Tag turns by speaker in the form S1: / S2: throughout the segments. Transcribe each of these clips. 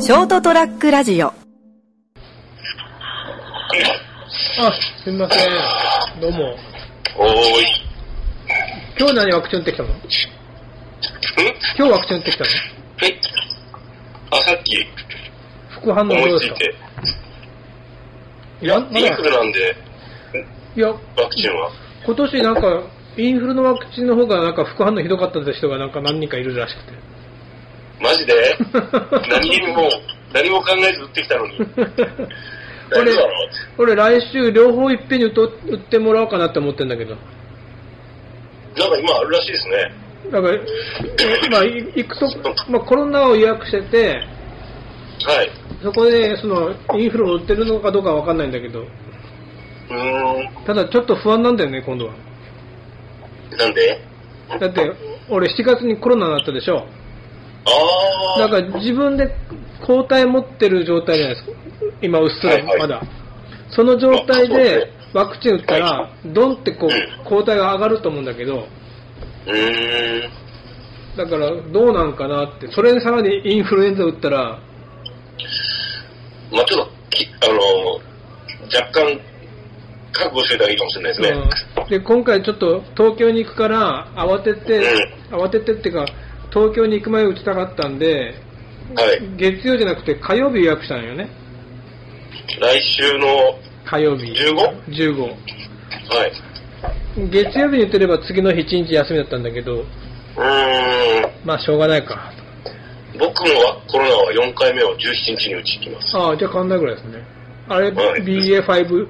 S1: ショートトラックラジオ
S2: あ、すみません。どうも。
S3: おーい。
S2: 今日何ワクチン打ってきたの
S3: ん
S2: 今日ワクチン打ってきたの
S3: えあ、さっき
S2: 副反応ど
S3: 思
S2: う
S3: いつ
S2: です
S3: い
S2: か
S3: て。
S2: いや、まだ
S3: インフルなんで、
S2: いや、
S3: ワクチンは。
S2: 今年なんか、インフルのワクチンの方がなんか副反応ひどかったって人がなんか何人かいるらし
S3: マジ で
S2: くて。
S3: 何にも、何も考えず打ってきたの に。大
S2: 俺
S3: 丈夫だろう、
S2: 俺来週両方いっぺんに打と打ってもらおうかなって思ってんだけど。
S3: なんか今あるらしいですね。
S2: なんか、えまあ、い行くと、まあコロナを予約してて、
S3: はい。
S2: そこでそのインフルを打ってるのかどうかわかんないんだけど、
S3: うー
S2: ただちょっと不安なんだよね、今度は。
S3: ん。なんで
S2: だって、俺7月にコロナになったでしょ。
S3: あー。
S2: だから自分で抗体持ってる状態じゃないですか。今うっす
S3: は
S2: ら
S3: いはい
S2: まだ。その状態
S3: まあそうで
S2: です
S3: ね
S2: ワクチン打ったら、ドンってこ
S3: う
S2: う抗体が上がると思うんだけど、
S3: うーん。
S2: だからどうなんかなって、それにさらにインフルエンザ打ったら、
S3: まあちょっと、きあの、若干、覚悟していた方がいいかもしれないですね。
S2: うんで今回ちょっと東京に行くから慌てて、慌ててっていうか、東京に行く前に打ちたかったんで、
S3: はい。
S2: 月曜じゃなくて火曜日予約したのよね。
S3: 来週の、
S2: 火曜日。
S3: 15
S2: ?15。
S3: はい。
S2: 月曜日に打てれば次の日一日休みだったんだけど、
S3: うーん。
S2: まあしょうがないか。
S3: 僕もはコロナは4回目を17日に打ちに行きます。
S2: ああ、じゃあ変わんないぐらいですね。あれ、
S3: はい
S2: BA.5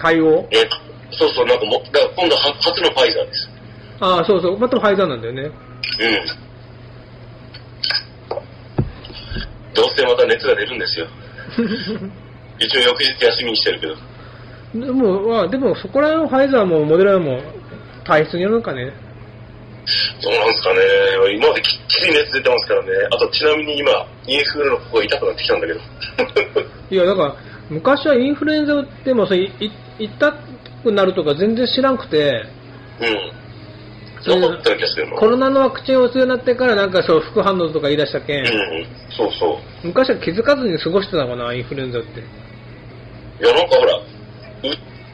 S2: 対応
S3: え、そうそう、なんかも、だから今度は初のファイザーです。
S2: ああ、そうそう。またファイザーなんだよね。
S3: うん。どうせまた熱が出るんですよ。一応翌日休みにしてるけど。
S2: でも、まあ、でもそこら辺はファイザーもモデラも体質によるのかね。
S3: どうなんですかね。今まできっちり熱出てますからね。あとちなみに今、インフルのここが痛くなってきたんだけど。
S2: いや、だから、昔はインフルエンザ打っても、それ、い、行ったくなるとか全然知らんくて、
S3: うん。残ったような気がするの。
S2: コロナのワクチンを打つようになってから、なんかそう、副反応とか言い出したけ、
S3: うんん。そうそう。
S2: 昔は気づかずに過ごしてたのかな、インフルエンザって。
S3: いや、なんかほら、う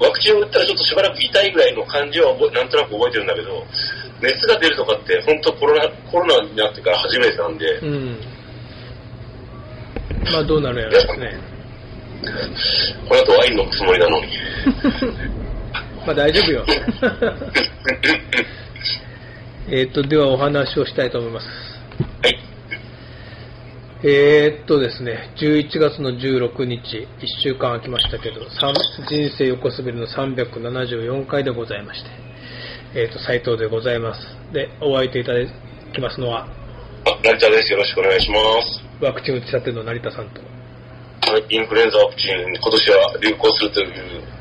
S3: ワクチンを打ったらちょっとしばらく痛いぐらいの感じは覚えなんとなく覚えてるんだけど、熱が出るとかって、本当コロナ、コロナになってから初めてなんで、
S2: うん。まあ、どうなるやろですね。
S3: この後ワイン飲むつもりなのに。
S2: まあ、大丈夫よ。 えーっと、ではお話をしたいと思います。
S3: はい。
S2: えーっとですね、11月の16日、1週間空きましたけど、三人生横滑りの374回でございまして、えーっと、斉藤でございます。で、お相手いただきますのは、
S3: あ、成田です。よろしくお願いしま
S2: ワクチン打ちたての成田さんと、
S3: す。はい、インフルエンザワクチン、今年は流行するという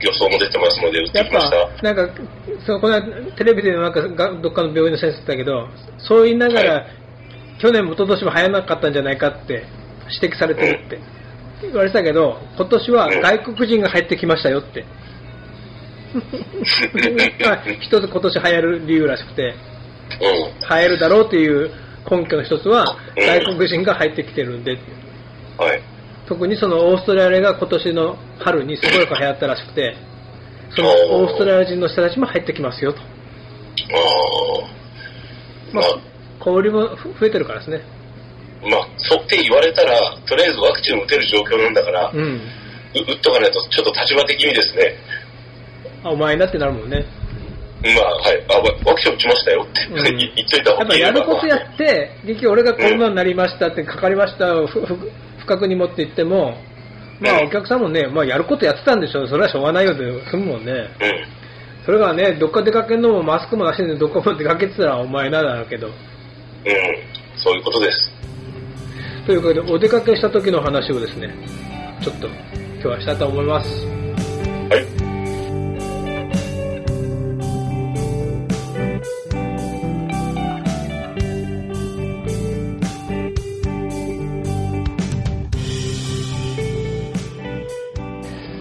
S3: 予想も出てますので、打って
S2: やっ
S3: きました。
S2: ぱ、なんか、そのこの間テレビでなんかがどっかの病院の先生だったけど、そう言いながら、
S3: は
S2: 去年も一昨年も流行らなかったんじゃないかって指摘されてるって言われてたけど、今年は外国人が入ってきました よって。まあ一つ今年流行る理由らしくて、
S3: うん。
S2: 流行るだろうっていう根拠の一つは、
S3: うん
S2: 外国人が入ってきてるんで、
S3: はい。
S2: 特にそのオーストラリアが今年の春にすごく流行ったらしくて、そのオーストラリア人の人たちも入ってきますよと。
S3: あー
S2: ま
S3: ま
S2: あ
S3: あ、、
S2: 小売りもふ増えてるからですね。
S3: まあ、そうって言われたら、とりあえずワクチン打てる状況なんだから、
S2: うん。
S3: う打っとかないとちょっと立場的にですね、
S2: あ、お前なってなるもんね。
S3: まあ、はい、あワワクチン打ちましたよって、
S2: うん
S3: 言っといた
S2: や
S3: 方
S2: っぱ
S3: がいい
S2: や
S3: の
S2: る
S3: かな
S2: ことやって、結局俺がコロナになりましたって、かかりましたをふふ不覚に持っていっても、まあ
S3: うん
S2: お客さんもね、まあやることやってたんでしょう、それはしょうがないよで済むもんね。
S3: うん。
S2: それがね、どっか出かけるのもマスクもなしでどこも出かけてたらお前なだろうけど。
S3: うん。そういうことです。
S2: ということで、お出かけした時の話をですね、ちょっと今日はしたいと思います。
S3: はい。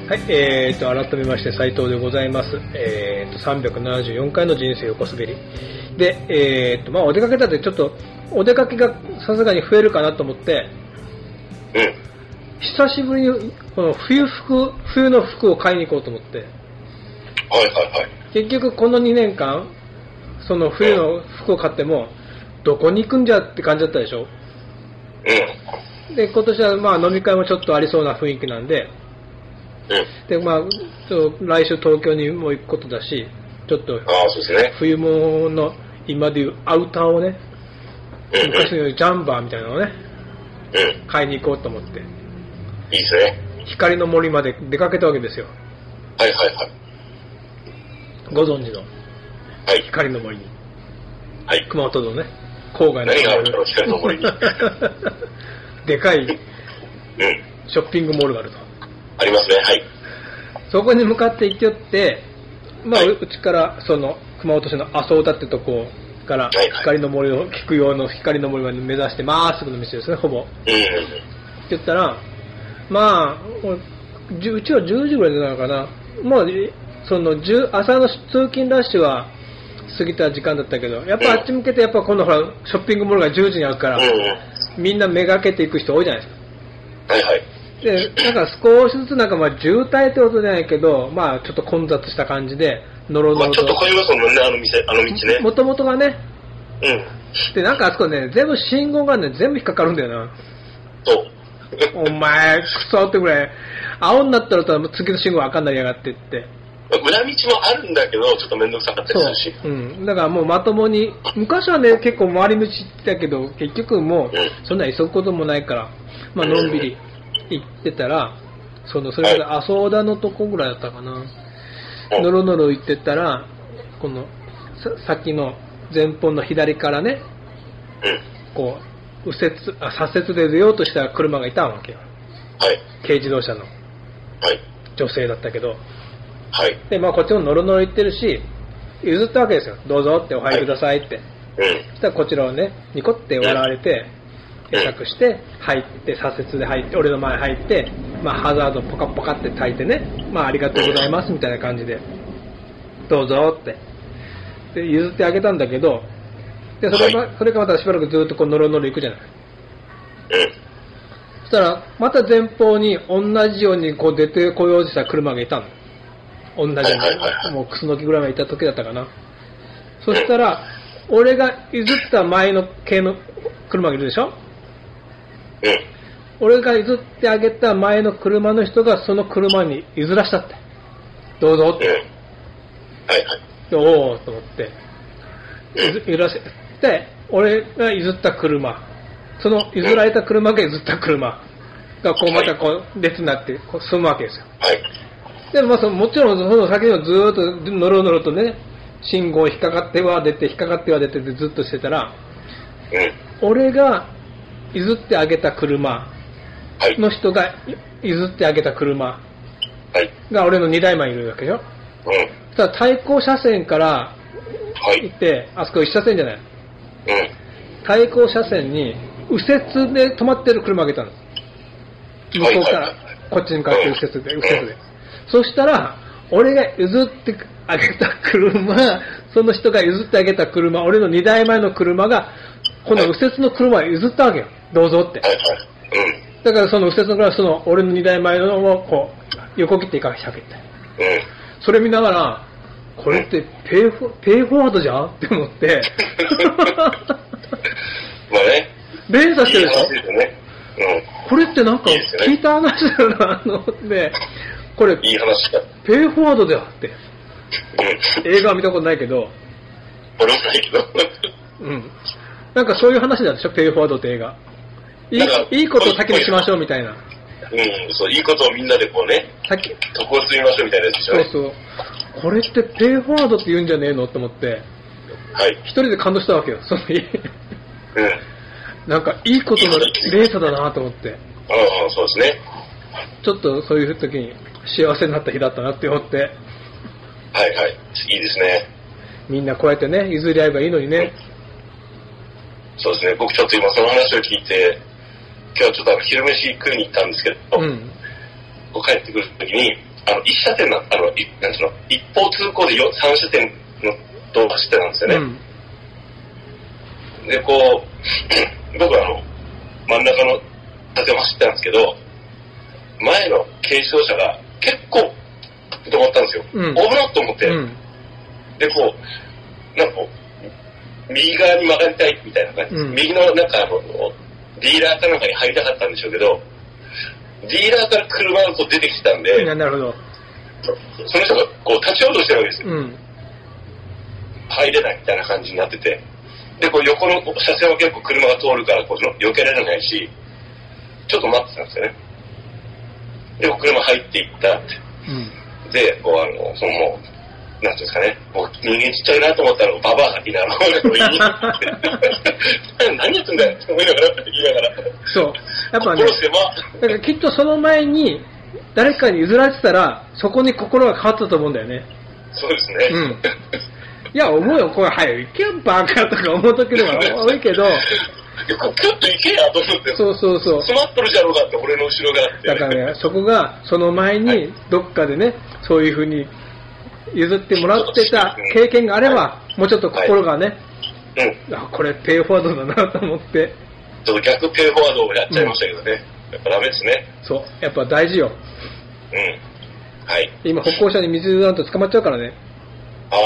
S2: はい、えー、と改めまして斉藤でございます、えー、と374回の人生横滑りで、えーとまあ、お出かけだってちょっとお出かけがさすがに増えるかなと思って
S3: うん。
S2: 久しぶりにこの冬服、冬の服を買いに行こうと思って、
S3: はいはいはい。
S2: 結局この2年間、その冬の服を買っても、どこに行くんじゃって感じだったでしょ。
S3: う
S2: で、今年はまあ飲み会もちょっとありそうな雰囲気なん
S3: ん。
S2: で、
S3: うん。
S2: で、まあ、ちょっと来週東京にも行くことだし、ちょっと
S3: ああ、そうですね。
S2: 冬物の今でいうアウター をね、
S3: うんうん。
S2: 昔のジャンバーみたいなのをね、
S3: うん。
S2: 買いに行こうと思って、
S3: いいですね。
S2: 光の森まで出かけたわけですよ。
S3: はいはいはい。
S2: ご存知の
S3: はい。
S2: 光の森に。
S3: はい。
S2: 熊本のね、郊外の
S3: 何があるんだろう光の森に
S2: でかい
S3: うん。
S2: ショッピングモールがあると。
S3: ありますね。はい。
S2: そこに向かって行きよって、まあ、
S3: はいう
S2: うちから、その、熊本市の麻生田ってとこから
S3: はいはい、
S2: 光の森を、聞く用の光の森まで目指して、まっすぐの道ですね、ほぼ。って
S3: うんうん
S2: 言ったら、まあ、おじゅうちは10時ぐらいじゃないのかな。もう、えその、10朝の通勤ラッシュは過ぎた時間だったけど、やっぱあっち向けて、やっぱ今度ほら、ショッピングモールが10時にあるから、
S3: うん。うんうん。
S2: みんなめがけていく人多いじゃないですか。
S3: はいはい。
S2: で、なんか少しずつなんかまあ渋滞ってことじゃないけど、まあちょっと混雑した感じで、のろの
S3: まあ
S2: ろ
S3: ちょ
S2: と
S3: っと。混みますもんね、あの店、あの道ね。
S2: もともとがね、
S3: うん。
S2: で、なんかあそこね、全部信号がね、全部引っかかるんだよな。
S3: そう。
S2: お前、クソってぐらい、青になったらたら次の信号赤になりやがってって。
S3: まあ 裏道もあるんだけど、ちょっと面倒くさかったり
S2: そ
S3: す
S2: う
S3: るし。。
S2: うん。だからもうまともに、昔はね、結構回り道だけど、結局もう
S3: うん、
S2: そんな急ぐこともないから、まあのんびり行ってたら、その、それから麻生田のとこぐらいだったかな。
S3: うん
S2: のろのろ行ってったら、このさ先の前方の左からね、
S3: うん。
S2: こう右折あ左折で出ようとした車がいたわけよ、
S3: はい。
S2: 軽自動車の
S3: はい。
S2: 女性だったけど、
S3: はい。
S2: でまあ、こっちものろのろ行ってるし、譲ったわけですよ、どうぞって、お入りくださいって、
S3: うん。
S2: そしたらこちらをね、ニコって笑われて、
S3: うん
S2: 会釈して、入って、左折で入って、俺の前入って、まあ、ハザードポカポカって焚いてね、まあ、ありがとうございますみたいな感じで、どうぞって。で、譲ってあげたんだけど、で、それが、
S3: は
S2: それがまたしばらくずっとこう、ノロノロ行くじゃない。
S3: うん。
S2: そしたら、また前方に同じようにこう出てこようとした車がいたの。同じように。
S3: はいはいはいはい
S2: もうクスノキぐらいまでいた時だったかな。そしたら、俺が譲った前の系の車がいるでしょ
S3: うん。
S2: 俺が譲ってあげた前の車の人がその車に譲らしたって。どうぞっ
S3: うん
S2: て。。
S3: はいはい。
S2: でおおと思って。
S3: うん。
S2: 譲らせて、俺が譲った車。その譲られた車が譲った車がこうまたこう列になってこう進むわけですよ。
S3: はい。
S2: でも、そのもちろん、その先にもずーっと、のろのろとね、信号引っかかっては出て、引っかかっては出てってずっとしてたら、
S3: うん。
S2: 俺が譲ってあげた車
S3: はい。
S2: の人が譲ってあげた車
S3: はい。
S2: が俺の2台前にいるわけよ。
S3: うん。
S2: そしたら対向車線から
S3: は
S2: 行
S3: い。
S2: って、あそこ一車線じゃない。
S3: うん。
S2: 対向車線に右折で止まってる車がいたんです。向こう
S3: は
S2: か
S3: いは
S2: ら
S3: いはい
S2: こっちに向かって右折で、右折で。そしたら、俺が譲ってあげた車、その人が譲ってあげた車、俺の2台前の車が、この右折の車を譲ったわけよ。どうぞって
S3: は。いはい。うん。
S2: だからその右折の車はその俺の2台前のをこう、横切っていかなきゃいけない。
S3: うん。
S2: それ見ながら、これってペイフォペイフォワードじゃんって思って。
S3: まあね。
S2: 連鎖して
S3: いい
S2: るでしょ
S3: 話ですよね。
S2: これってなんか
S3: いいですよね
S2: 聞いた話だな、あの、で、これ
S3: うん。、いい話だ。うん。
S2: ペイフォワードだよって。映画は見たことないけど、
S3: 俺もないけど。
S2: うん。なんかそういう話なんでしょ、ペイフォワードって映画。い
S3: なんか
S2: いいいことを先にしましょうみたいな。
S3: うん。そう、いいことをみんなでこうね、
S2: 先、
S3: 得を積みましょうみたいなやつでしょ
S2: そ
S3: ね
S2: う。そう。これってペイフォワードって言うんじゃねえのと思って、
S3: はい。
S2: 一人で感動したわけよ、その日。
S3: うん。あ
S2: なんかいいことの連鎖だなと思って、
S3: あ、そうですね。
S2: ちょっとそういう時に幸せになった日だったなって思って、
S3: はいはい。いいですね。
S2: みんなこうやってね、譲り合えばいいのにね。
S3: そうですね。僕ちょっと今その話を聞いて、今日ちょっとあの昼飯食いに行ったんですけど、
S2: うん。
S3: こう帰ってくるときに、あの、一車線な、あの、いなんていうの、一方通行でよ三車線の道路走ってたんですよね。
S2: うん。
S3: で、こう、僕はあの、真ん中の風を走ってたんですけど、前の軽自動車が結構止まったんですよ。
S2: うん
S3: 危なっと思って、
S2: うん。
S3: で、こう、なんかこう、右側に曲がりたいみたいな感じです。
S2: うん
S3: 右のなんかあの、ディーラーかなんかに入りたかったんでしょうけど、ディーラーから車がこう出てきたんで、
S2: いやなるほど。
S3: その人がこう立ちようとしてるわけですよ。
S2: うん。
S3: 入れないみたいな感じになってて。で、こう横の車線は結構車が通るからこう避けられないし、ちょっと待ってたんですよね。で、こう車入っていったって。
S2: うん。
S3: で、こうあの、そのもう、なんていうんですかね、もう人間ちっちゃいなと思ったら、ババアになろうね、こう言いに行って 何やってんだよって思いながら、言いながら。
S2: そう。やっぱね
S3: 心、狭っ
S2: だからきっとその前に、誰かに譲られてたら、そこに心が変わったと思うんだよね。
S3: そうですね。
S2: うんいや、思うよ、これ、早い、行けよ、バカとか思うときの方 が多いけど、
S3: いやこうキュッと行けやと思って、
S2: そうそうそう。
S3: 詰まっとるじゃろうかって、俺の後ろがあって。
S2: だからね、そこが、その前に、どっかでね、そういうふうに譲ってもらってた経験があれば、もうちょっと心がね、
S3: うん。
S2: あこれ、ペイフォワードだなと思って、
S3: ちょっと逆ペイフォワードをやっちゃいましたけどね。やっぱダメですね。
S2: そう、やっぱ大事よ。
S3: うん。はい。
S2: 今、歩行者に水なんと捕まっちゃうからね。
S3: あ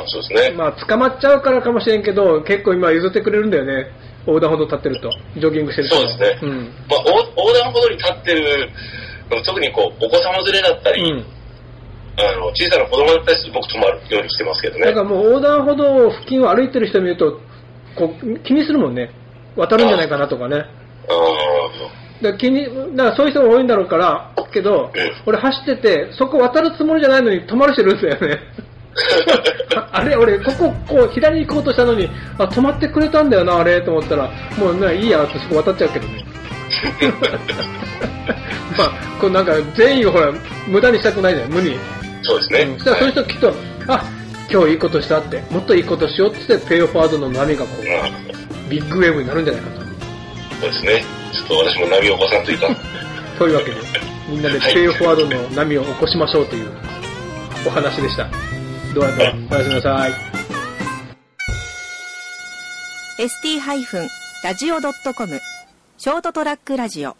S3: あ、そうですね。
S2: まあ、捕まっちゃうからかもしれんけど、結構今譲ってくれるんだよね。横断歩道立ってると。ジョギングしてると。
S3: そうですね
S2: ん。
S3: まあ、横横断歩道に立ってる、特にこう、お子様連れだったり、
S2: うん。
S3: あの、小さな子供だったりすると僕止まるようにしてますけどね。
S2: だからもう横断歩道付近を歩いてる人見ると、こう、気にするもんね。渡るんじゃないかなとかね。
S3: ああ、
S2: だから気に、だからそういう人も多いんだろうから、けど
S3: うん、
S2: 俺走ってて、そこ渡るつもりじゃないのに止まる人いるんだよね。 あれ、俺、ここ、こう、左に行こうとしたのに、あ、止まってくれたんだよな、あれ、と思ったら、もうね、いいや、ってそこ渡っちゃうけどね。 まあ、こうなんか、善意をほら、無駄にしたくないじゃん、無に。
S3: そうですね。
S2: うんそしたら、そういう人きっと、あ、今日いいことしたって、もっといいことしようって言って、ペイオフォワードの波がこ、
S3: はいううん
S2: ビッグウェーブになるんじゃないかと。
S3: そうですね。ちょっと私も波を起こさんというか、
S2: というわけで、みんなでペイフォワードの波を起こしましょうというお話でした。どうやらおやすみなさい。
S1: ST-radio.com ショートトラックラジオ